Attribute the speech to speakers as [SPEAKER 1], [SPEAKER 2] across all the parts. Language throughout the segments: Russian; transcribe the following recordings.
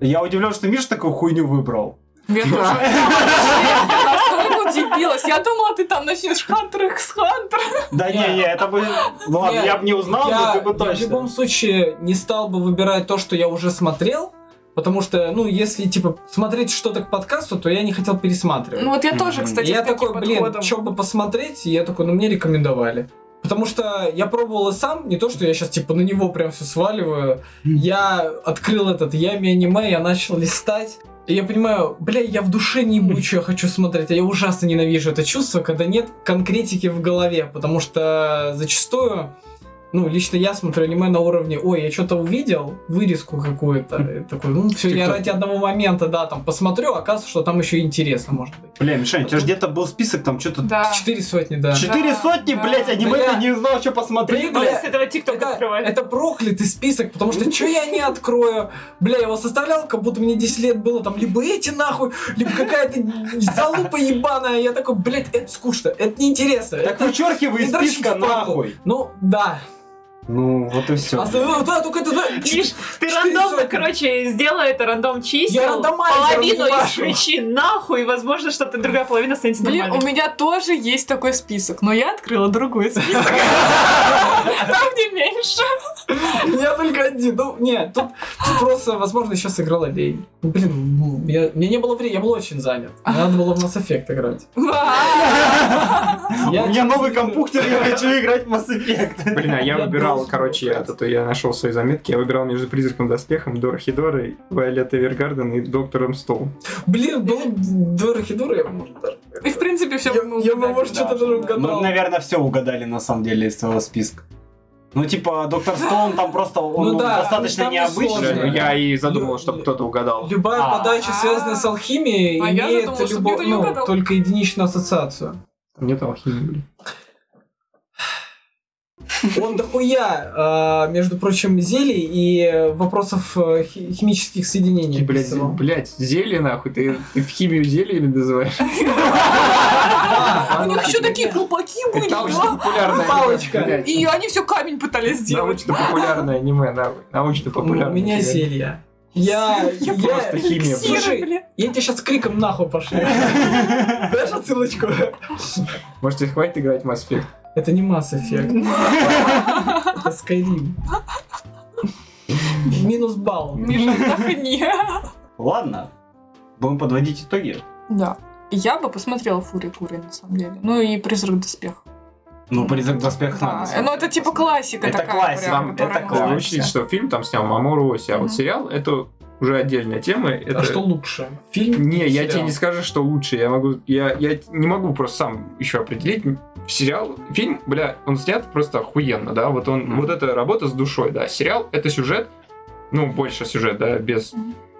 [SPEAKER 1] Я удивлен, что Миша такую хуйню выбрал.
[SPEAKER 2] Я тоже. Настолько удивилась. Я думала, ты там начнешь Хантер икс Хантер.
[SPEAKER 1] Да не, не, это бы... Ну ладно,
[SPEAKER 3] Нет,
[SPEAKER 1] я бы не узнал, но
[SPEAKER 3] я,
[SPEAKER 1] ты бы
[SPEAKER 3] я в любом
[SPEAKER 1] точно.
[SPEAKER 3] случае не стал бы выбирать то, что я уже смотрел, потому что, ну, если, типа, смотреть что-то к подкасту, то я не хотел пересматривать.
[SPEAKER 2] Ну вот я тоже,
[SPEAKER 1] Мгм.
[SPEAKER 2] кстати,
[SPEAKER 3] я
[SPEAKER 2] с таким
[SPEAKER 3] такой, блин,
[SPEAKER 2] подходом.
[SPEAKER 3] что бы посмотреть, и я такой, ну, мне рекомендовали. Потому что я пробовал и сам, не то, что я сейчас, типа, на него прям все сваливаю. Я открыл этот Ями аниме, я начал листать. И я понимаю, бля, я в душе не ебу, что я хочу смотреть, а я ужасно ненавижу это чувство, когда нет конкретики в голове, потому что зачастую, ну, лично я смотрю аниме на уровне, ой, я что-то увидел, вырезку какую-то, и такой, ну, все, я
[SPEAKER 1] TikTok.
[SPEAKER 3] ради одного момента, да, там, посмотрю, оказывается, что там еще интересно, может быть.
[SPEAKER 1] Бля, Мишань, у тебя же где-то был список, там что-то...
[SPEAKER 2] Да.
[SPEAKER 3] Четыре сотни, да. А
[SPEAKER 1] Четыре
[SPEAKER 2] Да,
[SPEAKER 1] сотни,
[SPEAKER 2] да.
[SPEAKER 1] блядь, аниме
[SPEAKER 3] Бля.
[SPEAKER 1] ты не узнал, что посмотреть,
[SPEAKER 3] Блин, бля.
[SPEAKER 1] блядь.
[SPEAKER 2] С этого тикток
[SPEAKER 3] Это,
[SPEAKER 2] открывали.
[SPEAKER 3] это проклятый список, потому что что я не открою? Бля, я его составлял, как будто мне 10 лет было, там, либо эти нахуй, либо какая-то залупа ебаная. Я такой, блядь, это скучно, это неинтересно.
[SPEAKER 1] Так
[SPEAKER 3] Это...
[SPEAKER 1] вычеркивай из
[SPEAKER 3] не дрочи
[SPEAKER 1] списка
[SPEAKER 3] в папу.
[SPEAKER 1] нахуй.
[SPEAKER 3] Ну, да. А
[SPEAKER 1] Ну, вот и все.
[SPEAKER 3] Остальное- да, только это, да.
[SPEAKER 4] Миш, ты
[SPEAKER 3] четыре
[SPEAKER 4] рандомно,
[SPEAKER 3] сотни.
[SPEAKER 4] короче, сделай это рандом чисел.
[SPEAKER 3] Я рандомайзером
[SPEAKER 4] половину
[SPEAKER 3] ебашу.
[SPEAKER 4] исключи нахуй, возможно, что ты другая половина станет
[SPEAKER 2] Блин, у
[SPEAKER 4] нормальной.
[SPEAKER 2] меня тоже есть такой список, но я открыла другой список. Там, где меньше.
[SPEAKER 3] У меня только один. Ну, нет, тут, тут просто, возможно, еще сыграла лень. Блин, ну, я- мне не было времени, я был очень занят. Мне Надо было в Mass Effect играть.
[SPEAKER 1] У меня новый компьютер, я хочу играть в Mass Effect.
[SPEAKER 5] Блин, а я
[SPEAKER 3] Я
[SPEAKER 5] выбирал,
[SPEAKER 3] должен
[SPEAKER 5] короче,
[SPEAKER 3] был
[SPEAKER 5] я,
[SPEAKER 3] брать.
[SPEAKER 5] это, я нашел свои заметки, я выбирал между «Призраком доспехом», Дорхидорой, Вайолет Эвергарден и Доктором Стоун.
[SPEAKER 3] Блин, был дуры-хидуры, я, может, даже...
[SPEAKER 2] И в принципе все.
[SPEAKER 3] Я- я бы, может, что-то даже
[SPEAKER 1] Мы,
[SPEAKER 3] угадал.
[SPEAKER 1] Ну, наверное, все угадали, на самом деле, из твоего списка. Ну, типа, Доктор Стоун там просто, он
[SPEAKER 3] Ну да,
[SPEAKER 1] достаточно
[SPEAKER 3] там не
[SPEAKER 1] необычный.
[SPEAKER 3] сложно.
[SPEAKER 5] Бля, ну Я и задумал,
[SPEAKER 3] Лю-
[SPEAKER 5] чтобы
[SPEAKER 3] лю-
[SPEAKER 5] кто-то угадал.
[SPEAKER 3] Любая
[SPEAKER 1] А.
[SPEAKER 3] подача, связанная с алхимией,
[SPEAKER 2] А я
[SPEAKER 3] имеет
[SPEAKER 2] задумалась, что
[SPEAKER 3] любо-
[SPEAKER 2] ты не
[SPEAKER 3] ну,
[SPEAKER 2] угадал.
[SPEAKER 3] только единичную ассоциацию.
[SPEAKER 5] Нет алхимии, блин.
[SPEAKER 3] Он дохуя, а, между прочим, зелий и вопросов э, хи- химических соединений.
[SPEAKER 5] Блять,
[SPEAKER 3] писал.
[SPEAKER 5] блять, Типа, зелье нахуй, ты, ты в химию зельями называешь?
[SPEAKER 3] Да,
[SPEAKER 2] А У них
[SPEAKER 3] оно-
[SPEAKER 2] еще такие колпаки были,
[SPEAKER 5] Это
[SPEAKER 2] да?
[SPEAKER 5] научно-популярное
[SPEAKER 3] Палочка.
[SPEAKER 5] блядь.
[SPEAKER 2] И они все камень пытались сделать.
[SPEAKER 5] Научно-популярное аниме, нахуй. Научно-популярное.
[SPEAKER 3] У меня
[SPEAKER 5] аниме.
[SPEAKER 3] зелья. Я, я,
[SPEAKER 5] Просто химия,
[SPEAKER 2] Эликсиры,
[SPEAKER 5] блядь.
[SPEAKER 3] Слушай,
[SPEAKER 2] блин.
[SPEAKER 3] я тебе сейчас криком нахуй пошли. Дашь отсылочку?
[SPEAKER 5] Может, тебе хватит играть в Mass Effect?
[SPEAKER 3] Это не Mass Effect. Это Skyrim. Минус балл.
[SPEAKER 2] Миша, отдохни.
[SPEAKER 1] Ладно, будем подводить итоги.
[SPEAKER 2] Да. Я бы посмотрела Фури Кури, на самом деле. Ну и Призрак Доспех.
[SPEAKER 1] Ну, призрак доспех
[SPEAKER 2] Да.
[SPEAKER 1] надо. смотреть.
[SPEAKER 2] Ну это типа классика
[SPEAKER 1] Это
[SPEAKER 2] такая.
[SPEAKER 1] классика,
[SPEAKER 2] прям,
[SPEAKER 1] это
[SPEAKER 2] которая
[SPEAKER 1] классика.
[SPEAKER 5] Надо
[SPEAKER 2] можно
[SPEAKER 5] учесть,
[SPEAKER 2] читать.
[SPEAKER 5] что фильм там снял Мамору Оси, а
[SPEAKER 2] Мгм.
[SPEAKER 5] вот сериал это уже отдельная тема. Это...
[SPEAKER 3] А что лучше? Фильм?
[SPEAKER 5] Не,
[SPEAKER 3] или
[SPEAKER 5] я тебе
[SPEAKER 3] сериал?
[SPEAKER 5] не скажу, что лучше. Я могу, я, я не могу просто сам еще определить. Сериал, фильм, бля, он снят просто охуенно, да. Вот он,
[SPEAKER 1] Мгм.
[SPEAKER 5] вот эта работа с душой, да. Сериал это сюжет, ну больше сюжет, да, без.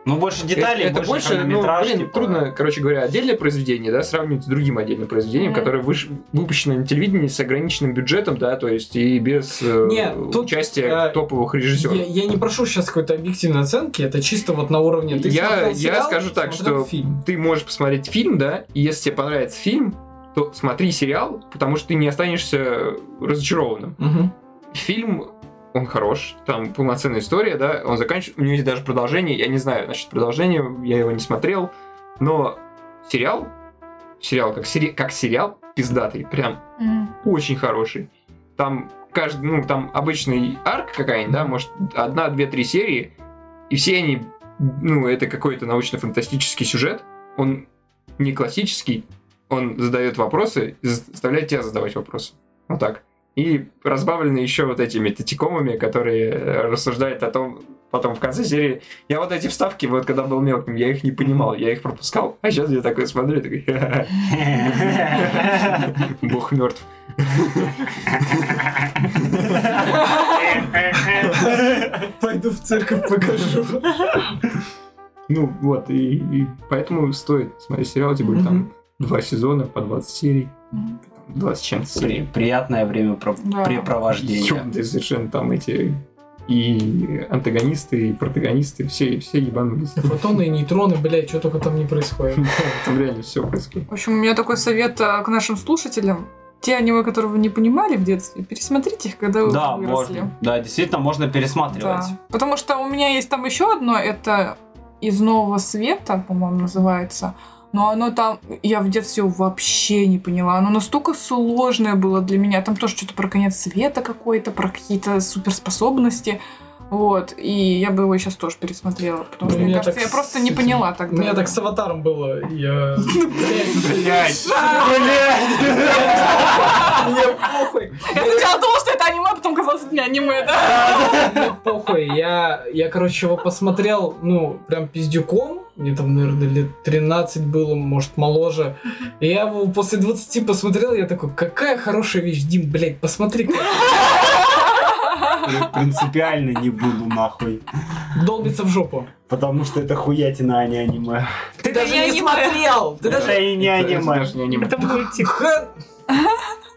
[SPEAKER 1] Ну, больше деталей,
[SPEAKER 5] это больше, ну,
[SPEAKER 1] хронометраж,
[SPEAKER 5] блин,
[SPEAKER 1] типа.
[SPEAKER 5] трудно, короче говоря, отдельное произведение, да, сравнивать с другим отдельным произведением,
[SPEAKER 2] Мгм.
[SPEAKER 5] которое выш- выпущено на телевидении с ограниченным бюджетом, да, то есть и без э,
[SPEAKER 3] Не, тут,
[SPEAKER 5] участия
[SPEAKER 3] э,
[SPEAKER 5] топовых режиссеров.
[SPEAKER 3] Я, я не прошу сейчас какой-то объективной оценки, это чисто вот на уровне. Ты
[SPEAKER 5] Я-
[SPEAKER 3] смотрел
[SPEAKER 5] я
[SPEAKER 3] сериал,
[SPEAKER 5] скажу так,
[SPEAKER 3] смотрел
[SPEAKER 5] что-
[SPEAKER 3] фильм.
[SPEAKER 5] ты можешь посмотреть фильм, да, и если тебе понравится фильм, то смотри сериал, потому что ты не останешься разочарованным.
[SPEAKER 3] Мгм.
[SPEAKER 5] Фильм, он хорош, там полноценная история, да, он заканчивается, у него есть даже продолжение, я не знаю насчет продолжения, я его не смотрел, но сериал, сериал как, сери- как сериал, пиздатый, прям
[SPEAKER 2] Мгм.
[SPEAKER 5] очень хороший. Там каждый, ну, там обычный арк какая-нибудь, да, может, одна, две, три серии, и все они, ну, это какой-то научно-фантастический сюжет, он не классический, он задает вопросы, и заставляет тебя задавать вопросы. Вот так. И разбавлены еще вот этими татикомами, которые э, рассуждают о том, потом в конце серии. Я вот эти вставки, вот когда был мелким, я их не понимал, я их пропускал. А сейчас я такой смотрю, и такой, «Ха-ха-ха». бог мертв.
[SPEAKER 3] Пойду в церковь покажу.
[SPEAKER 5] Ну вот, и, и поэтому стоит смотреть сериал, типа
[SPEAKER 3] Мгм.
[SPEAKER 5] там два сезона по 20 серий,
[SPEAKER 2] Мгм.
[SPEAKER 5] 20 с чем-то серий.
[SPEAKER 1] При- Приятное время
[SPEAKER 2] Да.
[SPEAKER 1] препровождения.
[SPEAKER 5] Ёбаные совершенно там эти и антагонисты, и протагонисты, все, все ебанулись.
[SPEAKER 3] Фотоны и нейтроны, блядь, что только там не происходит.
[SPEAKER 5] Там реально все происходит.
[SPEAKER 2] В общем, у меня такой совет э, к нашим слушателям. те аниме, которые вы не понимали в детстве, пересмотрите их, когда вы
[SPEAKER 1] Да,
[SPEAKER 2] выросли.
[SPEAKER 1] можно. Да, действительно, можно пересматривать.
[SPEAKER 2] Да. Потому что у меня есть там еще одно, это из нового света, по-моему, называется. Но оно там, я в детстве его вообще не поняла. Оно настолько сложное было для меня. Там тоже что-то про конец света какой-то, про какие-то суперспособности. Вот, и я бы его сейчас тоже пересмотрела, потому что,
[SPEAKER 3] Блин,
[SPEAKER 2] мне
[SPEAKER 3] я
[SPEAKER 2] кажется,
[SPEAKER 3] так
[SPEAKER 2] я просто
[SPEAKER 3] с
[SPEAKER 2] не
[SPEAKER 3] этим-
[SPEAKER 2] поняла тогда.
[SPEAKER 3] У меня так с аватаром было. Я...
[SPEAKER 5] Блять.
[SPEAKER 3] А, Мне похуй.
[SPEAKER 2] Я сначала думала, что это аниме, а потом казалось, это не аниме, да?
[SPEAKER 3] Мне похуй. Я, я, короче, его посмотрел, ну, прям пиздюком. Мне там, наверное, лет 13 было, может, моложе. И я его после 20 посмотрел, я такой, какая хорошая вещь, Дим, блядь, посмотри.
[SPEAKER 1] Принципиально не буду нахуй.
[SPEAKER 3] Долбится в жопу.
[SPEAKER 1] Потому что это хуятина, а не аниме.
[SPEAKER 3] Ты
[SPEAKER 4] даже не
[SPEAKER 3] смотрел! Ты
[SPEAKER 1] Это и не аниме.
[SPEAKER 5] даже не аниме.
[SPEAKER 4] Это мультик.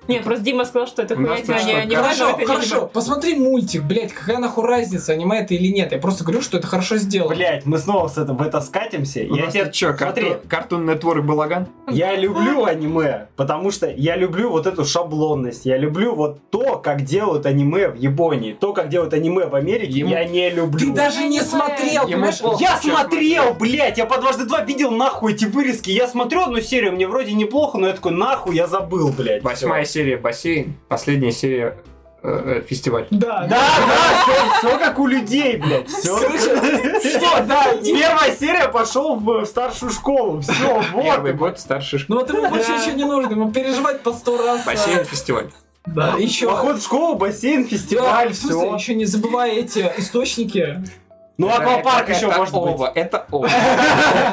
[SPEAKER 4] Нет, просто Дима сказал, что это
[SPEAKER 5] У нас
[SPEAKER 4] хуятина,
[SPEAKER 5] тут
[SPEAKER 4] не
[SPEAKER 5] что,
[SPEAKER 4] аниме, но
[SPEAKER 3] Хорошо,
[SPEAKER 4] это не
[SPEAKER 3] хорошо,
[SPEAKER 4] аниме.
[SPEAKER 3] посмотри мультик, блядь, какая нахуй разница, аниме это или нет. Я просто говорю, что это хорошо сделано.
[SPEAKER 1] Блять, мы снова с это, в это скатимся.
[SPEAKER 5] У
[SPEAKER 1] Я
[SPEAKER 5] нас
[SPEAKER 1] тебе
[SPEAKER 5] тут чё,
[SPEAKER 1] смотри,
[SPEAKER 5] Cartoon Cartoon Network балаган?
[SPEAKER 1] я люблю аниме, потому что я люблю вот эту шаблонность. Я люблю вот то, как делают аниме в Японии. То, как делают аниме в Америке,
[SPEAKER 5] Ему-
[SPEAKER 1] я не люблю.
[SPEAKER 3] Ты даже не
[SPEAKER 2] Аниме.
[SPEAKER 3] смотрел,
[SPEAKER 5] Ему
[SPEAKER 3] понимаешь?
[SPEAKER 5] похуй.
[SPEAKER 1] Я
[SPEAKER 5] Сейчас
[SPEAKER 1] смотрел, блять, я по дважды два видел нахуй эти вырезки. Я смотрю одну серию, мне вроде неплохо, но я такой нахуй, я забыл, блять.
[SPEAKER 5] Восьмая серия бассейн, последняя серия э, э, фестиваль.
[SPEAKER 1] Да,
[SPEAKER 3] Да,
[SPEAKER 1] да, все, как у людей, блядь. Все. Что, да, первая серия пошел в старшую школу. Все, вот.
[SPEAKER 5] Первый год старший школ.
[SPEAKER 3] Ну вот ему больше ничего не нужно, ему переживать по сто раз.
[SPEAKER 5] Бассейн фестиваль.
[SPEAKER 3] Да, еще.
[SPEAKER 1] Поход в школу, бассейн, фестиваль, все.
[SPEAKER 3] еще не забывай эти источники.
[SPEAKER 1] Ну,
[SPEAKER 5] Это-
[SPEAKER 1] аквапарк
[SPEAKER 5] это-
[SPEAKER 1] еще
[SPEAKER 5] это
[SPEAKER 1] может быть.
[SPEAKER 5] ова, Это ова.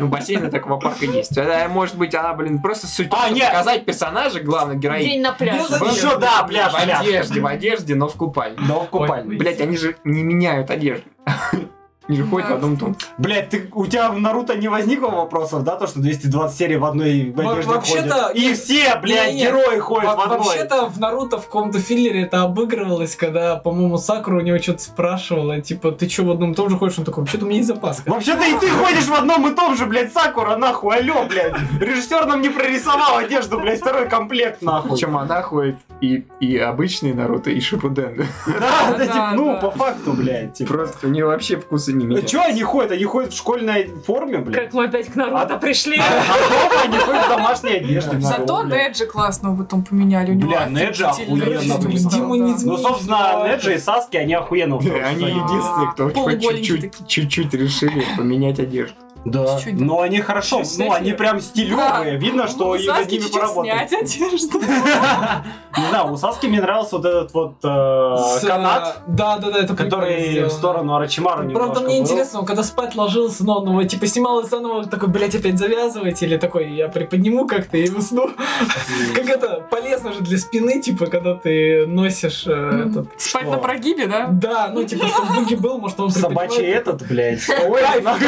[SPEAKER 5] Ну, бассейн это аквапарк и есть. Это, может быть, она, блин, просто суть
[SPEAKER 1] А, нет.
[SPEAKER 5] показать персонажа, главной героини.
[SPEAKER 4] День на пляже.
[SPEAKER 3] Ну,
[SPEAKER 1] Еще, да, пляж,
[SPEAKER 5] В
[SPEAKER 1] пляж.
[SPEAKER 5] одежде, в одежде, но в купальнике.
[SPEAKER 1] Да, в
[SPEAKER 3] Ой,
[SPEAKER 1] купальник.
[SPEAKER 5] Блять, они же не меняют одежду. Они же ходят в одном том.
[SPEAKER 1] Блять, ты, у тебя в Наруто не возникло вопросов, да, то, что 220 серий в одной
[SPEAKER 3] Во-
[SPEAKER 1] одежде
[SPEAKER 3] вообще-то-
[SPEAKER 1] ходят? И все, блядь,
[SPEAKER 3] Не-не-не.
[SPEAKER 1] герои ходят
[SPEAKER 3] Во-
[SPEAKER 1] в одной.
[SPEAKER 3] Вообще-то в Наруто в каком-то филлере это обыгрывалось, когда, по-моему, Сакура у него что-то спрашивала, типа, ты что в одном и том же ходишь? Он такой, вообще-то у меня есть запаска.
[SPEAKER 1] Вообще-то и ты ходишь в одном и том же, блядь, Сакура, нахуй, алё, блядь. Режиссер нам не прорисовал одежду, блядь, второй комплект, нахуй.
[SPEAKER 5] Причем она ходит и, и обычные Наруто, и Шипуден.
[SPEAKER 1] Да, да,
[SPEAKER 2] Да,
[SPEAKER 1] типа, ну,
[SPEAKER 2] да.
[SPEAKER 1] по факту, блядь, типа.
[SPEAKER 5] Просто у нее вообще вкусы не
[SPEAKER 1] Ну,
[SPEAKER 5] меняются.
[SPEAKER 1] чё они ходят? Они ходят в школьной форме, блядь.
[SPEAKER 4] Как мы опять к Наруто
[SPEAKER 1] А-
[SPEAKER 4] пришли.
[SPEAKER 1] А дома они ходят в домашней одежде.
[SPEAKER 2] Зато
[SPEAKER 1] нахуй, блядь.
[SPEAKER 2] Неджи классно вы там поменяли. У него
[SPEAKER 1] Бля, Неджи
[SPEAKER 2] офигительный
[SPEAKER 1] охуенно
[SPEAKER 2] рисунок
[SPEAKER 1] выглядит.
[SPEAKER 2] стал, да.
[SPEAKER 3] Демонизм.
[SPEAKER 1] Ну, собственно, Неджи и Саски, они охуенно в том
[SPEAKER 5] Э, Они
[SPEAKER 1] состоянии.
[SPEAKER 5] единственные, кто хоть
[SPEAKER 2] Полуголенькие
[SPEAKER 5] чуть-чуть,
[SPEAKER 2] такие.
[SPEAKER 5] чуть-чуть решили поменять одежду.
[SPEAKER 1] Да.
[SPEAKER 2] Чуть-чуть.
[SPEAKER 1] Но они хорошо,
[SPEAKER 2] Чуть
[SPEAKER 1] ну,
[SPEAKER 2] снять
[SPEAKER 1] они
[SPEAKER 2] её.
[SPEAKER 1] прям стилевые.
[SPEAKER 2] Да.
[SPEAKER 1] Видно, что
[SPEAKER 2] У
[SPEAKER 1] и над
[SPEAKER 2] Саски
[SPEAKER 1] ними
[SPEAKER 2] чуть-чуть
[SPEAKER 1] поработали.
[SPEAKER 2] снять а одежду.
[SPEAKER 1] Не знаю, у Саски мне нравился вот этот вот э,
[SPEAKER 3] С, э,
[SPEAKER 1] канат.
[SPEAKER 3] Да, да, да, это прикольно
[SPEAKER 1] который в
[SPEAKER 3] сделано.
[SPEAKER 1] сторону Арачимару
[SPEAKER 3] Правда, мне интересно, он когда спать ложился, но он его типа снимал и заново такой, блядь, опять завязывать, или такой, я приподниму как-то и усну. Как это полезно же для спины, типа, когда ты носишь э, этот...
[SPEAKER 2] Спать
[SPEAKER 1] Что?
[SPEAKER 2] на прогибе, да?
[SPEAKER 3] Да, ну типа, чтобы выгиб был, может, он
[SPEAKER 1] Собачий
[SPEAKER 3] приподнимает.
[SPEAKER 1] этот, блядь. Ой, нахуй.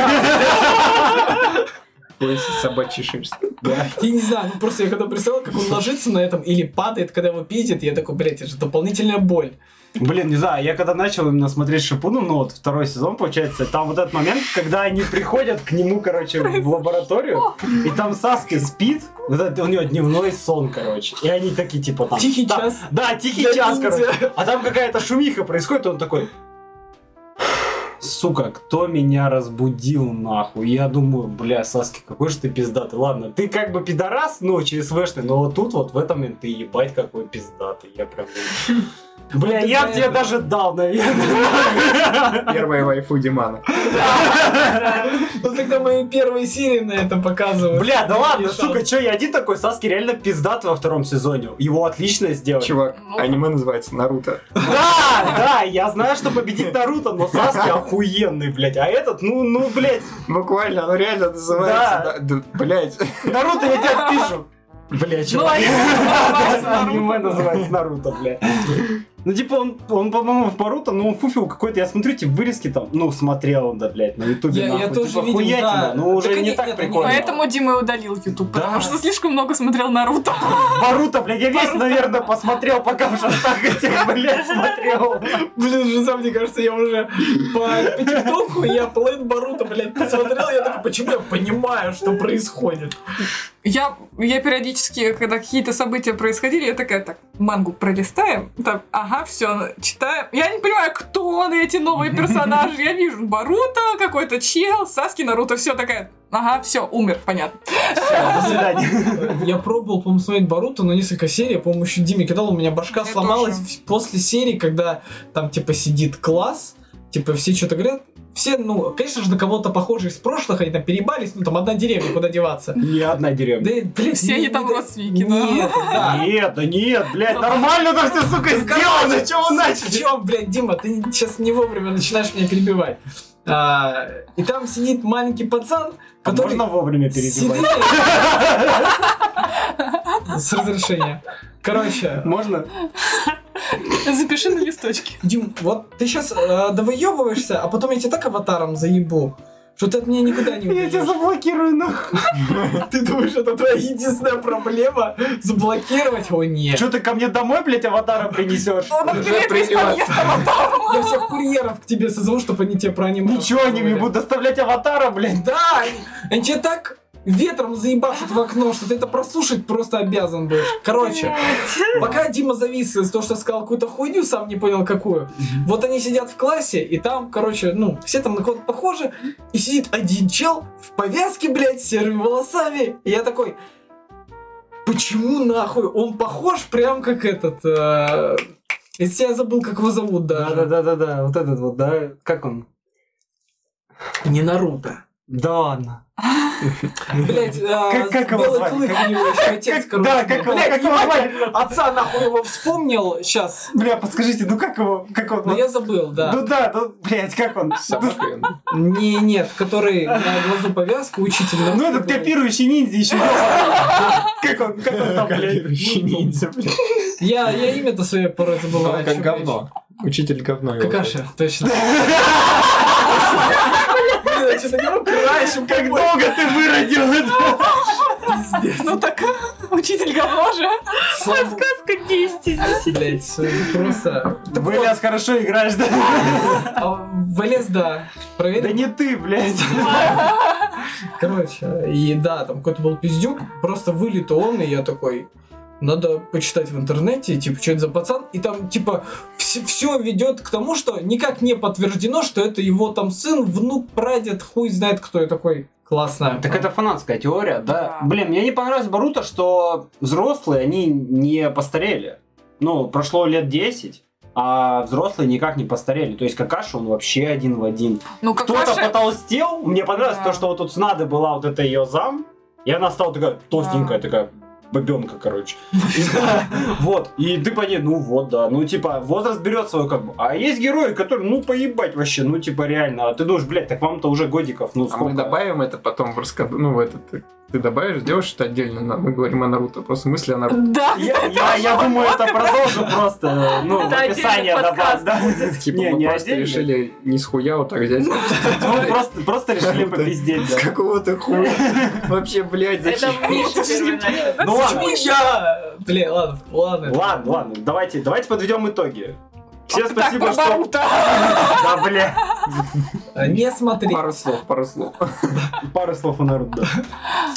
[SPEAKER 5] Пояс из собачьей шерсти.
[SPEAKER 3] Я не знаю, ну просто я когда представил, как он ложится на этом или падает, когда его пиздит, я такой, блядь, это же дополнительная боль.
[SPEAKER 1] Блин, не знаю, я когда начал именно смотреть Шипуну, ну вот второй сезон, получается, там вот этот момент, когда они приходят к нему, короче, в лабораторию, и там Саски спит, вот это у него дневной сон, короче, и они такие, типа, там...
[SPEAKER 3] Тихий
[SPEAKER 1] да,
[SPEAKER 3] час.
[SPEAKER 1] Да, тихий
[SPEAKER 3] Для
[SPEAKER 1] час,
[SPEAKER 3] ниндзя.
[SPEAKER 1] короче. А там какая-то шумиха происходит, и он такой... Сука, кто меня разбудил нахуй? Я думаю, бля, Саски, какой же ты пиздатый. Ладно, ты как бы пидорас, ну, через вэшный, но вот тут вот в этом момент ты ебать какой пиздатый. Я прям... Бля,
[SPEAKER 3] ты
[SPEAKER 1] я
[SPEAKER 3] за
[SPEAKER 1] бы тебе
[SPEAKER 3] это.
[SPEAKER 1] даже дал, наверное.
[SPEAKER 5] Первая вайфу Димана.
[SPEAKER 3] Ну тогда мои первые серии на этом показывают.
[SPEAKER 1] Бля, да ладно,
[SPEAKER 3] Решал.
[SPEAKER 1] сука, чё, я один такой, Саски реально пиздат во втором сезоне. Его отлично сделали.
[SPEAKER 5] Чувак,
[SPEAKER 2] Ну.
[SPEAKER 5] аниме называется Наруто.
[SPEAKER 1] Да, да, я знаю, что победит Наруто, но Саски охуенный, блядь. А этот, ну, ну, блядь,
[SPEAKER 5] Буквально, оно реально называется.
[SPEAKER 1] Да.
[SPEAKER 5] Да, да, блядь.
[SPEAKER 1] Наруто я тебя пишу. Бля, чувак.
[SPEAKER 2] аниме называется
[SPEAKER 3] Ну,
[SPEAKER 1] Да,
[SPEAKER 2] Наруто.
[SPEAKER 1] Аниме называется Наруто, бля. Ну, типа, он, он по-моему, в Баруто, но он фуфил какой-то. Я смотрю, типа, вырезки там, ну, смотрел он, да, блядь, на ютубе,
[SPEAKER 3] Я- я
[SPEAKER 1] нахуй.
[SPEAKER 3] тоже
[SPEAKER 1] типа,
[SPEAKER 3] видел,
[SPEAKER 1] хуятина,
[SPEAKER 3] да.
[SPEAKER 1] но уже
[SPEAKER 3] Так
[SPEAKER 1] не
[SPEAKER 3] они-
[SPEAKER 1] так
[SPEAKER 3] нет, они-
[SPEAKER 1] прикольно.
[SPEAKER 2] Поэтому Дима и удалил YouTube,
[SPEAKER 1] Да.
[SPEAKER 2] потому что слишком много смотрел Наруто.
[SPEAKER 1] Баруто, блядь, я весь, наверное, посмотрел, пока в шантах этих, блядь, смотрел.
[SPEAKER 3] Блин, Жиза, мне кажется, я уже по, по ТикТоку, я половину Барута, блядь, посмотрел, я такой, почему я понимаю, что происходит?
[SPEAKER 2] Я, я периодически, когда какие-то события происходили, я такая, так, мангу пролистаем, так, ага, все, читаем. Я не понимаю, кто он, эти новые персонажи. Я вижу Баруто, какой-то чел, Саски, Наруто, все такая, ага, все, умер, понятно.
[SPEAKER 1] До свидания.
[SPEAKER 3] Я пробовал, по-моему, смотреть Баруто, но несколько серий, я, по-моему, еще Диме кидал, у меня башка
[SPEAKER 2] Я
[SPEAKER 3] сломалась
[SPEAKER 2] тоже.
[SPEAKER 3] в- после серии, когда там, типа, сидит класс, типа, все что-то говорят, все, ну, конечно же, на кого-то похожих из прошлых, они там перебались, ну, там одна деревня, куда деваться.
[SPEAKER 1] Ни одна
[SPEAKER 3] Да,
[SPEAKER 1] деревня.
[SPEAKER 3] блин,
[SPEAKER 2] Все они
[SPEAKER 3] не-
[SPEAKER 2] там
[SPEAKER 3] не-
[SPEAKER 2] родственники, да.
[SPEAKER 3] Нет, да.
[SPEAKER 1] Нет, да нет, блядь, нормально там все, сука, сделано, чего вы
[SPEAKER 3] В
[SPEAKER 1] начали?
[SPEAKER 3] чем, блядь, Дима, ты сейчас не вовремя начинаешь меня перебивать. А, и там сидит маленький пацан,
[SPEAKER 1] А
[SPEAKER 3] который
[SPEAKER 1] Можно вовремя перебивать?
[SPEAKER 3] сидит с разрешения. Короче,
[SPEAKER 1] Можно?
[SPEAKER 2] Запиши на листочке.
[SPEAKER 3] Дим, вот ты сейчас довыебываешься, а потом я тебя так аватаром заебу, что ты от меня никуда не
[SPEAKER 1] Я тебя
[SPEAKER 3] уйдешь.
[SPEAKER 1] заблокирую, нахуй.
[SPEAKER 3] Ты думаешь, это твоя единственная проблема? Заблокировать? О, нет.
[SPEAKER 1] Че ты ко мне домой, блядь, аватара принесешь?
[SPEAKER 2] Он отберет весь
[SPEAKER 5] придет.
[SPEAKER 2] подъезд аватаром.
[SPEAKER 3] Я всех курьеров к тебе созову, чтобы они тебе про аниме
[SPEAKER 1] Ничего, они мне
[SPEAKER 3] рассказывали.
[SPEAKER 1] будут доставлять аватара, блядь.
[SPEAKER 3] Да, они- они тебя так ветром заебашат в окно, что ты это прослушать просто обязан будешь. Короче, пока Дима завис из того, что сказал какую-то хуйню, сам не понял какую. Вот они сидят в классе, и там, короче, ну, все там на кого-то похожи, и сидит один чел в повязке, блядь, с серыми волосами. И я такой, почему нахуй? Он похож прям как этот... э, Если я забыл, как его зовут даже.
[SPEAKER 1] Да-да-да-да, вот этот вот, да? Как он?
[SPEAKER 3] Не Наруто.
[SPEAKER 1] Да ладно.
[SPEAKER 3] Блять,
[SPEAKER 1] Как- как его
[SPEAKER 3] а, белый
[SPEAKER 1] звали?
[SPEAKER 3] клык у него еще отец,
[SPEAKER 1] Как-
[SPEAKER 3] короче.
[SPEAKER 1] да, как его-
[SPEAKER 3] Блядь,
[SPEAKER 1] как его
[SPEAKER 3] ебать,
[SPEAKER 1] звали?
[SPEAKER 3] Отца нахуй его вспомнил сейчас.
[SPEAKER 1] Бля, подскажите, ну как его, как он?
[SPEAKER 3] Но я забыл, да.
[SPEAKER 1] Ну да, ну, блядь, как он? Ну,
[SPEAKER 5] Собака.
[SPEAKER 3] Не, нет, который на глазу повязка, учитель.
[SPEAKER 1] Ну этот копирующий ниндзя еще. Как он, как он там,
[SPEAKER 5] Копирующий ниндзя,
[SPEAKER 1] блядь?
[SPEAKER 3] Я, я имя-то свое порой забываю. о
[SPEAKER 5] ну, Как
[SPEAKER 3] чём
[SPEAKER 5] говно. Учитель говно.
[SPEAKER 3] речь. Какаша, точно. Блин, я чё-то говорю, краешем
[SPEAKER 1] Как
[SPEAKER 3] как бы.
[SPEAKER 1] долго ты выродил это?
[SPEAKER 2] Ну так, учитель говно же.
[SPEAKER 3] Слава-
[SPEAKER 4] Сказка 10 из 10.
[SPEAKER 3] Блядь, просто...
[SPEAKER 1] Блядь, хорошо играешь, да?
[SPEAKER 3] А, Вылез, да.
[SPEAKER 1] Да
[SPEAKER 3] Проверил.
[SPEAKER 1] не ты, блядь.
[SPEAKER 3] Короче, и да, там какой-то был пиздюк, просто вылет он, и я такой, надо почитать в интернете, типа, что это за пацан, и там, типа, все, ведет к тому, что никак не подтверждено, что это его там сын, внук, прадед, хуй знает кто, я такой, классно.
[SPEAKER 1] Так это фанатская теория, да?
[SPEAKER 2] Да.
[SPEAKER 1] Блин, мне не понравилось в Боруто, что взрослые, они не постарели. Ну, прошло лет 10, а взрослые никак не постарели. То есть Какаши, он вообще один в один.
[SPEAKER 2] Ну как
[SPEAKER 1] Кто-то потолстел. Мне понравилось
[SPEAKER 2] Да.
[SPEAKER 1] то, что вот тут Снада была вот эта ее зам, и она стала такая толстенькая,
[SPEAKER 2] Да.
[SPEAKER 1] такая бабенка, короче. И, да, Вот. И ты по ней, ну вот, да. Ну, типа, возраст берет свой как бы. А есть герои, которые, ну, поебать вообще, ну, типа, реально. А ты думаешь, блядь, так вам-то уже годиков, ну,
[SPEAKER 5] А мы
[SPEAKER 1] сколько?
[SPEAKER 5] добавим это потом в рассказ... Ну, в этот... Ты ты добавишь, сделаешь это отдельно. на- Мы говорим о Наруто. Просто мысли о Наруто.
[SPEAKER 2] Да,
[SPEAKER 1] Я, я- я думаю, это продолжу просто, ну, в
[SPEAKER 4] Это отдельный
[SPEAKER 1] описание добавь,
[SPEAKER 4] подкаст
[SPEAKER 1] да.
[SPEAKER 5] Типа
[SPEAKER 1] Не,
[SPEAKER 5] мы
[SPEAKER 1] не
[SPEAKER 5] просто
[SPEAKER 1] отдельно.
[SPEAKER 5] решили не с хуя вот так взять.
[SPEAKER 1] Мы Ну, просто- Просто решили попиздеть, да.
[SPEAKER 5] какого-то хуя. Вообще, блядь,
[SPEAKER 4] Это Миша первый начал.
[SPEAKER 1] Ну ладно,
[SPEAKER 3] Почему я? Блин, ладно, ладно.
[SPEAKER 1] Ладно, ладно, давайте, давайте подведем итоги. Все спасибо,
[SPEAKER 2] про
[SPEAKER 1] что...
[SPEAKER 2] Наруто.
[SPEAKER 1] Да, бля.
[SPEAKER 3] А, Не смотри.
[SPEAKER 5] Пару слов, пару слов.
[SPEAKER 1] Пару слов о Наруто.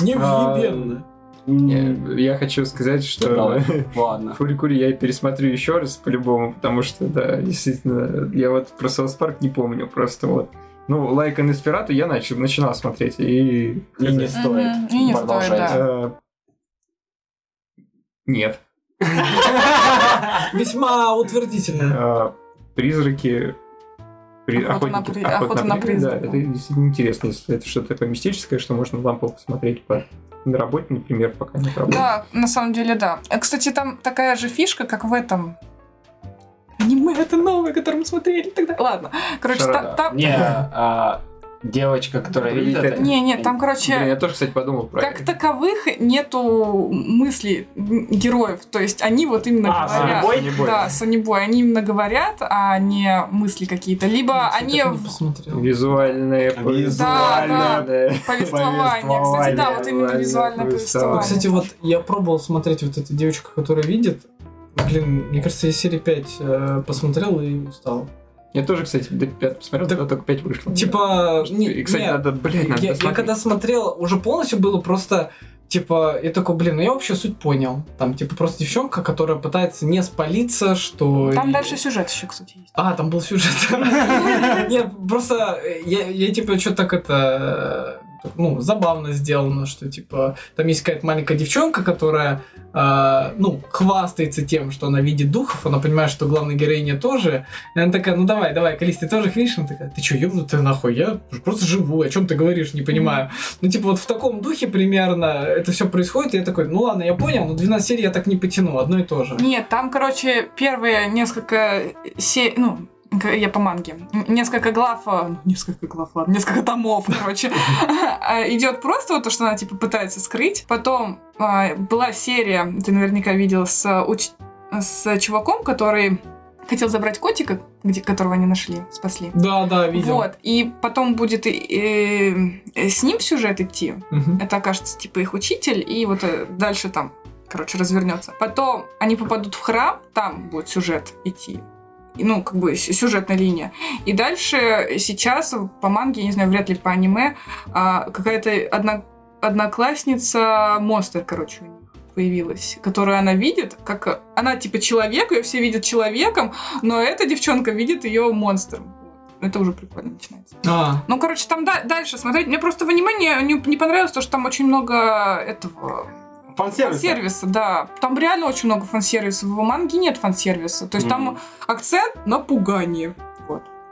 [SPEAKER 3] Не
[SPEAKER 1] А,
[SPEAKER 3] въебенно.
[SPEAKER 5] Не, Я хочу сказать, что
[SPEAKER 1] Ладно.
[SPEAKER 5] Фурикури я пересмотрю еще раз по-любому, потому что, да, действительно, я вот про Саус Парк не помню, просто вот. Ну, Лайка на я начал, начинал смотреть, и...
[SPEAKER 1] И не
[SPEAKER 2] Мгм,
[SPEAKER 1] стоит.
[SPEAKER 2] и не стоит,
[SPEAKER 1] Продолжайте.
[SPEAKER 5] э, Нет.
[SPEAKER 3] Весьма утвердительно.
[SPEAKER 5] Э, Призраки... при-
[SPEAKER 2] Охота на
[SPEAKER 5] охотники-
[SPEAKER 2] при- охота на
[SPEAKER 5] Да,
[SPEAKER 2] призрака.
[SPEAKER 5] это действительно интересно, если это что-то такое мистическое, что можно лампу посмотреть по на работе, например, пока не работает.
[SPEAKER 2] Да, на самом деле, да. Э, Кстати, там такая же фишка, как в этом. Аниме это новое, которое мы смотрели тогда. Ладно. Короче, та-
[SPEAKER 5] Шарада.
[SPEAKER 2] там...
[SPEAKER 1] Не, а,
[SPEAKER 6] девочка, которая
[SPEAKER 5] Блин,
[SPEAKER 6] видит
[SPEAKER 5] это-
[SPEAKER 6] это.
[SPEAKER 2] Не, нет, там, короче,
[SPEAKER 5] Блин, я тоже, кстати, подумал про
[SPEAKER 2] как
[SPEAKER 5] это.
[SPEAKER 2] таковых нету мыслей м, героев. То есть они вот именно
[SPEAKER 1] А,
[SPEAKER 2] говорят.
[SPEAKER 1] Санебой?
[SPEAKER 5] Санебой.
[SPEAKER 2] Да, санебой. Они именно говорят, а не мысли какие-то. Либо они
[SPEAKER 3] не
[SPEAKER 2] в
[SPEAKER 3] посмотрел.
[SPEAKER 5] Визуальное
[SPEAKER 2] Да,
[SPEAKER 5] повествование.
[SPEAKER 2] повествование. Кстати, да, вот именно
[SPEAKER 5] Повествование,
[SPEAKER 2] визуальное
[SPEAKER 5] повествование.
[SPEAKER 2] повествование.
[SPEAKER 3] Кстати, вот я пробовал смотреть вот эту девочку, которая видит. Блин, мне кажется, я серии 5 э, посмотрел и устал.
[SPEAKER 5] Я тоже, кстати, до пят- посмотрел,
[SPEAKER 3] Да.
[SPEAKER 5] тогда только 5 вышло.
[SPEAKER 3] Типа, не-
[SPEAKER 5] И, кстати,
[SPEAKER 3] не,
[SPEAKER 5] надо, блядь, надо
[SPEAKER 3] я, я
[SPEAKER 5] посмотреть.
[SPEAKER 3] когда смотрел, уже полностью было просто, типа, я такой, блин, ну я вообще суть понял. Там, типа, просто девчонка, которая пытается не спалиться, что...
[SPEAKER 2] Там дальше сюжет еще, кстати, есть.
[SPEAKER 3] А, там был сюжет. Нет, просто э, я, я, типа, что так это... э, Ну, забавно сделано, что, типа, там есть какая-то маленькая девчонка, которая, э, ну, хвастается тем, что она видит духов, она понимает, что главная героиня тоже. И она такая, ну, давай, давай, Калис, ты тоже их видишь? Она такая, ты что, ёбнутая нахуй? Я просто живу, о чем ты говоришь, не понимаю. Ну, типа, вот в таком духе примерно это все происходит, и я такой, ну, ладно, я понял, но 12 серий я так не потяну, одно и то же.
[SPEAKER 2] Нет, там, короче, первые несколько се... ну, г- я по манге. Н- Несколько глав, а, ну, несколько глав, ладно, несколько томов, короче, а, идет просто вот то, что она, типа, пытается скрыть. Потом а, была серия, ты наверняка видел, с, а, уч- с чуваком, который хотел забрать котика, где, которого они нашли, спасли.
[SPEAKER 3] Да, да, видел.
[SPEAKER 2] Вот, и потом будет э, э, с ним сюжет идти,
[SPEAKER 3] Мгм.
[SPEAKER 2] это окажется типа их учитель, и вот э, дальше там, короче, развернется. Потом они попадут в храм, там будет сюжет идти. И, Ну, как бы с- сюжетная линия. И дальше сейчас по манге, я не знаю, вряд ли по аниме, а, какая-то одна, одноклассница монстр, короче, у них появилась, которую она видит, как э, она типа человек, ее все видят человеком, но эта девчонка видит ее монстром. Это уже прикольно начинается.
[SPEAKER 3] А,
[SPEAKER 2] Ну, короче, там да- дальше смотреть. Мне просто внимание не, не понравилось то, что там очень много этого
[SPEAKER 1] Фан-сервис.
[SPEAKER 2] фан-сервиса, да. Там реально очень много фан-сервиса. В манге нет фан-сервиса. То есть там акцент на пугание.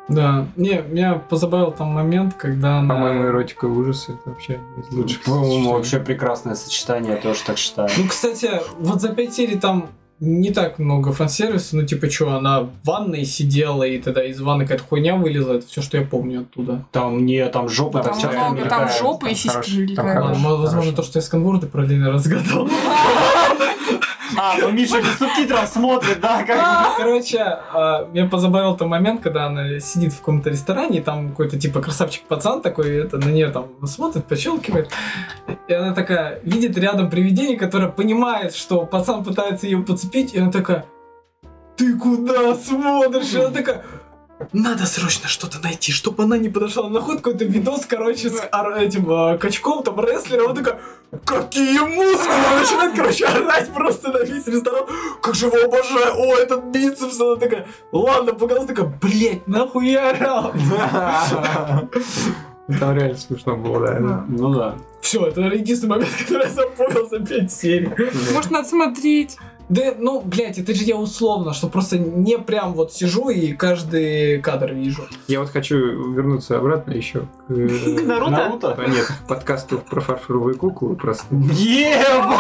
[SPEAKER 3] Да, не, меня позабавил там момент, когда она...
[SPEAKER 5] По-моему, эротика и ужасы это вообще из лучших.
[SPEAKER 1] По-моему,
[SPEAKER 5] сочетаний.
[SPEAKER 1] вообще прекрасное сочетание, я тоже так считаю.
[SPEAKER 3] Ну, кстати, вот за пять серий там не так много фан-сервиса, ну, типа, что, она в ванной сидела, и тогда из ванны какая-то хуйня вылезла, это все, что я помню оттуда.
[SPEAKER 1] Там не, там жопа
[SPEAKER 2] Там
[SPEAKER 1] так часто
[SPEAKER 2] много, там
[SPEAKER 1] мелькает.
[SPEAKER 2] жопы и
[SPEAKER 5] там
[SPEAKER 2] сиськи
[SPEAKER 5] хороший- там
[SPEAKER 2] великая.
[SPEAKER 5] хороший.
[SPEAKER 3] Ладно,
[SPEAKER 5] Хорошо,
[SPEAKER 3] Ну, возможно,
[SPEAKER 5] хорошо.
[SPEAKER 3] то, что я сканворды параллельно разгадал.
[SPEAKER 1] А, ну Миша без субтитров смотрит, да, как...
[SPEAKER 3] Ну, Короче, а, меня позабавил там момент, когда она сидит в каком-то ресторане, и там какой-то типа красавчик пацан такой, это на нее там смотрит, пощелкивает. И она такая видит рядом привидение, которое понимает, что пацан пытается ее подцепить, и она такая, ты куда смотришь? И она такая, надо срочно что-то найти, чтобы она не подошла на ход какой-то видос, короче, с ар- этим а, качком, там, рестлером, он такая, какие мускулы! Она начинает, короче, орать просто на весь ресторан, как же его обожаю, о, этот бицепс, она такая, ладно, показалось, такая, блять, нахуй я орал?
[SPEAKER 5] Там реально смешно было, да.
[SPEAKER 1] Ну да.
[SPEAKER 3] Все, это наверное, единственный момент, который я запомнил за пять серий.
[SPEAKER 2] Может, надо смотреть.
[SPEAKER 3] Да, ну, блядь, это же я условно, что просто не прям вот сижу и каждый кадр вижу.
[SPEAKER 5] Я вот хочу вернуться обратно еще к...
[SPEAKER 4] К
[SPEAKER 5] э,
[SPEAKER 4] Наруто?
[SPEAKER 1] Наруто?
[SPEAKER 5] Нет, к подкасту про фарфоровые куклы просто.
[SPEAKER 1] Еба!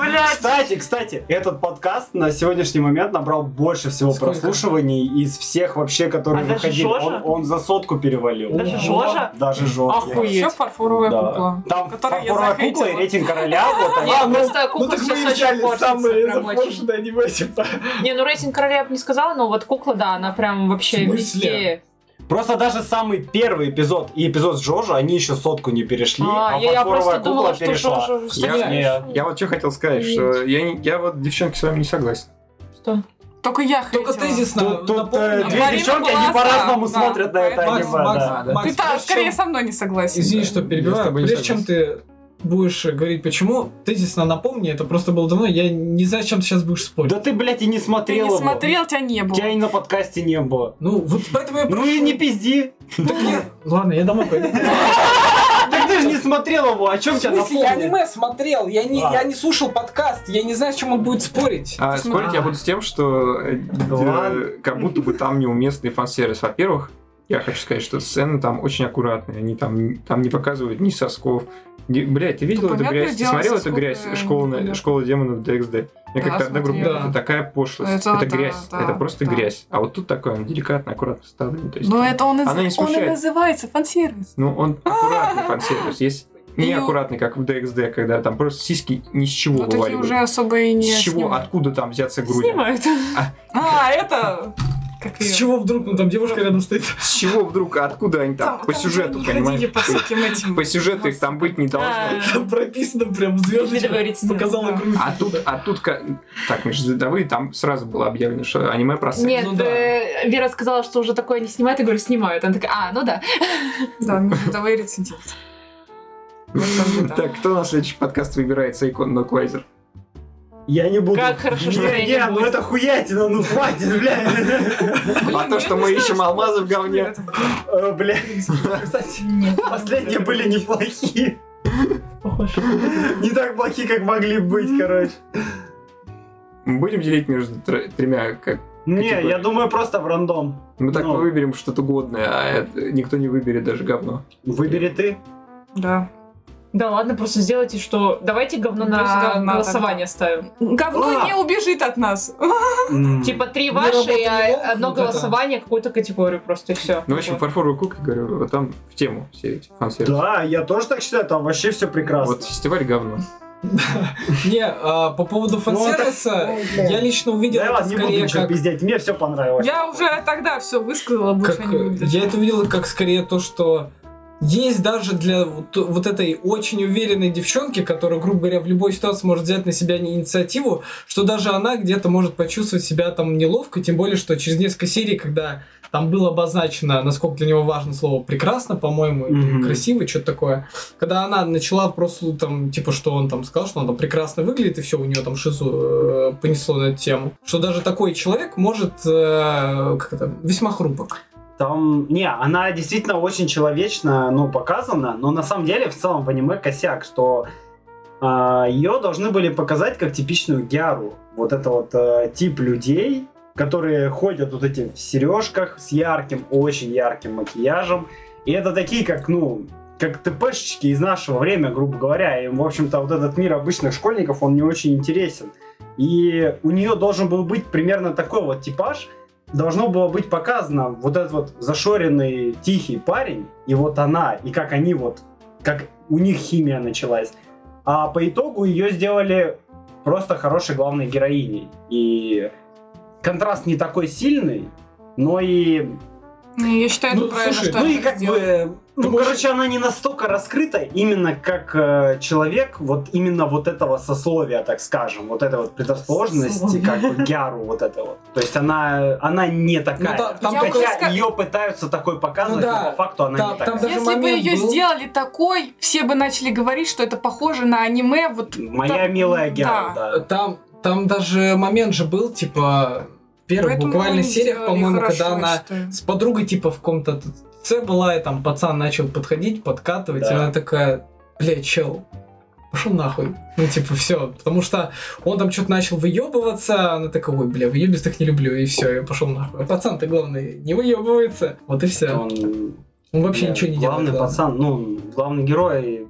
[SPEAKER 4] Блядь.
[SPEAKER 1] Кстати, кстати, этот подкаст на сегодняшний момент набрал больше всего
[SPEAKER 3] Сколько?
[SPEAKER 1] прослушиваний из всех вообще, которые
[SPEAKER 4] А даже
[SPEAKER 1] выходили.
[SPEAKER 4] Жожа?
[SPEAKER 1] Он, он за сотку перевалил.
[SPEAKER 4] Даже
[SPEAKER 1] Да.
[SPEAKER 4] Жожа?
[SPEAKER 1] Даже Жожа.
[SPEAKER 4] Охуеть.
[SPEAKER 2] Еще фарфоровая
[SPEAKER 1] Да.
[SPEAKER 2] кукла.
[SPEAKER 1] Там
[SPEAKER 2] Которую я
[SPEAKER 1] фарфоровая кукла и
[SPEAKER 2] захейтила.
[SPEAKER 1] рейтинг короля. Вот они.
[SPEAKER 3] ну,
[SPEAKER 4] Нет, просто кукла сейчас очень портится. прям очень.
[SPEAKER 3] запоршенные аниме, типа.
[SPEAKER 4] Не, ну рейтинг короля я бы не сказала, но вот кукла, да, она прям вообще
[SPEAKER 3] В смысле?
[SPEAKER 4] везде.
[SPEAKER 1] Просто даже самый первый эпизод и эпизод с Жожа, они еще сотку не перешли, а,
[SPEAKER 4] А, я,
[SPEAKER 1] фарфоровая
[SPEAKER 4] я просто
[SPEAKER 1] кукла
[SPEAKER 4] думала, что
[SPEAKER 1] перешла.
[SPEAKER 4] Жожа уже
[SPEAKER 5] Я-
[SPEAKER 4] совсем-
[SPEAKER 1] я-
[SPEAKER 5] Я вот что хотел сказать, что я, не- я вот, девчонки, с вами не согласен.
[SPEAKER 4] Что?
[SPEAKER 2] Только я
[SPEAKER 3] Только
[SPEAKER 2] хейтила.
[SPEAKER 3] тезис на
[SPEAKER 1] Тут, тут э,
[SPEAKER 3] напомню.
[SPEAKER 1] две
[SPEAKER 2] Марина
[SPEAKER 1] девчонки,
[SPEAKER 2] была
[SPEAKER 1] они
[SPEAKER 2] за,
[SPEAKER 1] по-разному
[SPEAKER 2] да.
[SPEAKER 1] смотрят на это
[SPEAKER 2] Поэтому-
[SPEAKER 1] аниме.
[SPEAKER 3] Макс, Макс,
[SPEAKER 1] да.
[SPEAKER 5] да.
[SPEAKER 3] Макс,
[SPEAKER 2] Ты та,
[SPEAKER 3] прежде чем-
[SPEAKER 2] скорее со мной не согласен.
[SPEAKER 3] Извини, что
[SPEAKER 5] Я с
[SPEAKER 3] перебиваю.
[SPEAKER 5] тобой не
[SPEAKER 3] Прежде чем ты будешь э, говорить, почему, тезисно напомни, это просто было давно, я не знаю, чем ты сейчас будешь спорить.
[SPEAKER 1] Да ты, блядь, и не
[SPEAKER 2] Ты
[SPEAKER 1] смотрел
[SPEAKER 2] не
[SPEAKER 1] его.
[SPEAKER 2] смотрел, тебя не было.
[SPEAKER 1] Тебя и на подкасте не было.
[SPEAKER 3] Ну, вот поэтому я...
[SPEAKER 1] Ну и не пизди.
[SPEAKER 3] Так я- Ладно, я домой пойду.
[SPEAKER 1] Так ты же не смотрел его, о чем тебя напомнит?
[SPEAKER 3] смотрел, я не,
[SPEAKER 1] А.
[SPEAKER 3] не слушал подкаст, я не знаю, с чем он будет спорить.
[SPEAKER 5] А
[SPEAKER 2] Ты
[SPEAKER 5] спорить я буду с тем, что э,
[SPEAKER 1] Да
[SPEAKER 5] э, как будто бы там неуместный фан-сервис. Во-первых, Я хочу сказать, что сцены там очень аккуратные. Они там, там не показывают ни сосков. ни- Блядь, ты видел
[SPEAKER 2] Ну,
[SPEAKER 5] эту
[SPEAKER 2] понятное
[SPEAKER 5] грязь? Ты
[SPEAKER 2] дело,
[SPEAKER 5] смотрел эту
[SPEAKER 2] сосков,
[SPEAKER 5] грязь?
[SPEAKER 2] э,
[SPEAKER 5] Школа,
[SPEAKER 2] понятно.
[SPEAKER 5] на- школа демонов DXD. Мне
[SPEAKER 2] Да,
[SPEAKER 5] как-то одна группа
[SPEAKER 2] смотрела.
[SPEAKER 5] говорит, это такая пошлость.
[SPEAKER 2] Это
[SPEAKER 5] Это,
[SPEAKER 2] да,
[SPEAKER 5] грязь.
[SPEAKER 2] да,
[SPEAKER 5] это просто
[SPEAKER 2] да.
[SPEAKER 5] грязь. А вот тут такое, он деликатно, аккуратно вставлен. То есть,
[SPEAKER 2] Но
[SPEAKER 5] там-
[SPEAKER 2] это он, и-
[SPEAKER 5] она не
[SPEAKER 2] он и
[SPEAKER 5] смущает.
[SPEAKER 2] называется фан-сервис.
[SPEAKER 5] Ну, он аккуратный фан-сервис. Есть
[SPEAKER 2] Ну.
[SPEAKER 5] неаккуратный, как в DXD, когда там просто сиськи ни с чего
[SPEAKER 2] Ну, такие
[SPEAKER 5] вываливают.
[SPEAKER 2] уже особо и не
[SPEAKER 5] С чего,
[SPEAKER 2] снимают.
[SPEAKER 5] откуда там взяться грудь?
[SPEAKER 4] Снимают.
[SPEAKER 2] А, это... Как
[SPEAKER 3] С
[SPEAKER 2] её?
[SPEAKER 3] чего вдруг? Ну там девушка рядом стоит.
[SPEAKER 5] С чего вдруг, откуда они там?
[SPEAKER 2] Там-
[SPEAKER 5] По
[SPEAKER 2] там
[SPEAKER 5] сюжету,
[SPEAKER 2] они
[SPEAKER 5] понимаешь?
[SPEAKER 2] ходили по всяким этим...
[SPEAKER 5] По сюжету их там быть не
[SPEAKER 4] Да.
[SPEAKER 5] должно.
[SPEAKER 3] Там прописано прям
[SPEAKER 4] Видно,
[SPEAKER 3] звездочка.
[SPEAKER 4] говорится,
[SPEAKER 3] Показала
[SPEAKER 2] да.
[SPEAKER 3] грудь.
[SPEAKER 5] А тут, а тут, ка- так, Миш, давай, там сразу было объявлено, что аниме про секс.
[SPEAKER 4] Нет,
[SPEAKER 3] Ну да.
[SPEAKER 4] э, Вера сказала, что уже такое не снимает. Я говорю, снимают. Она такая, а, ну да.
[SPEAKER 2] Да, ну, давай рецидив. вот так, да.
[SPEAKER 5] Так, кто на следующий подкаст выбирает Сайкон Ноквайзер?
[SPEAKER 1] Я не буду.
[SPEAKER 4] Как хорошо, что я
[SPEAKER 1] Не,
[SPEAKER 4] не
[SPEAKER 1] не, ну
[SPEAKER 4] буду.
[SPEAKER 1] это хуятина, ну хватит, блядь.
[SPEAKER 5] А то, что мы ищем алмазы в говне.
[SPEAKER 1] Э, Блядь. Кстати, последние были неплохие. Не так плохие, как могли быть, короче.
[SPEAKER 5] Мы будем делить между тр- тремя, как...
[SPEAKER 1] Не,
[SPEAKER 5] Категория.
[SPEAKER 1] я думаю, просто в рандом.
[SPEAKER 5] Мы так
[SPEAKER 1] Ну.
[SPEAKER 5] выберем что-то годное, а это- никто не выберет даже говно.
[SPEAKER 1] Выбери ты.
[SPEAKER 2] Да.
[SPEAKER 4] Да ладно, просто сделайте, что... Давайте говно
[SPEAKER 2] Ну, просто
[SPEAKER 4] на
[SPEAKER 2] говна
[SPEAKER 4] голосование ставим.
[SPEAKER 2] Говно
[SPEAKER 1] А!
[SPEAKER 2] не убежит от нас.
[SPEAKER 1] М.
[SPEAKER 4] Типа три
[SPEAKER 3] Не
[SPEAKER 4] ваши,
[SPEAKER 3] работает волк,
[SPEAKER 4] а одно
[SPEAKER 3] вот это.
[SPEAKER 4] голосование, какую-то категорию просто и все.
[SPEAKER 5] Ну, в общем, фарфоровый куколь, говорю, вот там в тему все эти фан
[SPEAKER 1] Да, я тоже так считаю, там вообще все прекрасно.
[SPEAKER 5] Вот фестиваль говно.
[SPEAKER 3] Не, а, по поводу фан-сервиса, я лично увидел
[SPEAKER 1] Да
[SPEAKER 3] это
[SPEAKER 1] ладно, не буду
[SPEAKER 3] скорее
[SPEAKER 1] ничего
[SPEAKER 3] как...
[SPEAKER 1] пиздеть, мне все понравилось.
[SPEAKER 2] Я уже тогда все высказала, больше
[SPEAKER 3] как,
[SPEAKER 2] не
[SPEAKER 3] э,
[SPEAKER 2] буду.
[SPEAKER 3] я это увидел как скорее то, что есть даже для вот, вот этой очень уверенной девчонки, которая, грубо говоря, в любой ситуации может взять на себя не- инициативу, что даже она где-то может почувствовать себя там неловко, тем более, что через несколько серий, когда там было обозначено, насколько для него важно слово «прекрасно», по-моему, или
[SPEAKER 1] Мгм.
[SPEAKER 3] «красиво», что-то такое, когда она начала просто там, типа, что он там сказал, что он там прекрасно выглядит, и все, у нее там шизу э, понесло на эту тему, что даже такой человек может, э, как это, весьма хрупок.
[SPEAKER 1] Там, не, она действительно очень человечно, ну, показана, но на самом деле в целом в аниме косяк, что ее должны были показать как типичную гяру. Вот это вот э, тип людей, которые ходят вот эти в сережках с ярким, очень ярким макияжем. И это такие, как, ну, как ТПшечки из нашего времени, грубо говоря. Им, в общем-то, вот этот мир обычных школьников, он не очень интересен. И у нее должен был быть примерно такой вот типаж, должно было быть показано вот этот вот зашоренный тихий парень, и вот она, и как они вот, как у них химия началась. А по итогу ее сделали просто хорошей главной героиней. И контраст не такой сильный, но и...
[SPEAKER 2] Ну, Я считаю, это
[SPEAKER 3] Ну,
[SPEAKER 2] правильно,
[SPEAKER 3] слушай,
[SPEAKER 2] что
[SPEAKER 1] Ну
[SPEAKER 2] она
[SPEAKER 1] и как
[SPEAKER 2] сделала.
[SPEAKER 1] бы... Ну, короче, она не настолько раскрыта именно как э, человек вот именно вот этого сословия, так скажем, вот этой вот предрасположенности,
[SPEAKER 4] Сословия.
[SPEAKER 1] как бы гяру вот этого. То есть она, она не такая.
[SPEAKER 3] та- Ну, там
[SPEAKER 2] Я
[SPEAKER 1] Хотя
[SPEAKER 2] уже ска-
[SPEAKER 1] ее пытаются такой показывать,
[SPEAKER 3] Ну да.
[SPEAKER 1] но по факту она
[SPEAKER 3] Там-
[SPEAKER 1] не такая.
[SPEAKER 3] там даже
[SPEAKER 2] Если бы
[SPEAKER 3] момент
[SPEAKER 2] ее
[SPEAKER 3] был.
[SPEAKER 2] сделали такой, все бы начали говорить, что это похоже на аниме, вот
[SPEAKER 1] Моя
[SPEAKER 2] та-
[SPEAKER 3] ну
[SPEAKER 1] милая
[SPEAKER 2] да.
[SPEAKER 1] Гера, да.
[SPEAKER 3] Там, там даже момент же был, типа, в первых
[SPEAKER 2] Поэтому
[SPEAKER 3] буквально
[SPEAKER 2] они
[SPEAKER 3] сериях,
[SPEAKER 2] сделали
[SPEAKER 3] по-моему,
[SPEAKER 2] хорошо,
[SPEAKER 3] когда
[SPEAKER 2] я
[SPEAKER 3] она
[SPEAKER 2] считаю.
[SPEAKER 3] с подругой, типа, в каком-то ТЦ была, и там пацан начал подходить, подкатывать,
[SPEAKER 1] Да.
[SPEAKER 3] и она такая, бля, чел, пошел нахуй. Ну, типа, все. Потому что он там что-то начал выебываться, она такая, ой, бля, выебистых не люблю, и все, я пошел нахуй. А пацан-то, главный, не выебывается. Вот и все.
[SPEAKER 1] Он
[SPEAKER 3] Он вообще
[SPEAKER 1] бля,
[SPEAKER 3] ничего не делает.
[SPEAKER 1] главный
[SPEAKER 3] ладно.
[SPEAKER 1] пацан, ну, главный герой,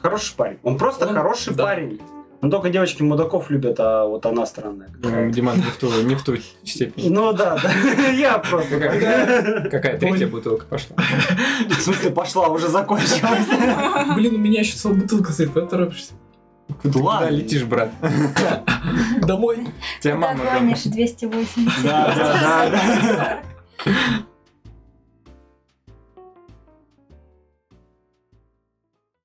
[SPEAKER 1] хороший парень. Он просто
[SPEAKER 3] Он-
[SPEAKER 1] хороший
[SPEAKER 3] да.
[SPEAKER 1] парень. Он только девочки мудаков любят, а вот она странная.
[SPEAKER 5] Ну,
[SPEAKER 1] какая-то.
[SPEAKER 5] Диман, не в ту, не в ту степень.
[SPEAKER 1] Ну да, да. Я просто.
[SPEAKER 5] Какая-
[SPEAKER 1] так.
[SPEAKER 5] Какая третья бутылка пошла?
[SPEAKER 1] В смысле, пошла, уже закончилась.
[SPEAKER 3] Блин, у меня еще целая бутылка стоит, куда торопишься?
[SPEAKER 5] Ты
[SPEAKER 1] Ладно.
[SPEAKER 5] куда летишь, брат?
[SPEAKER 3] Домой.
[SPEAKER 5] Тебя мама... там-
[SPEAKER 6] 208.
[SPEAKER 1] Да, да, да.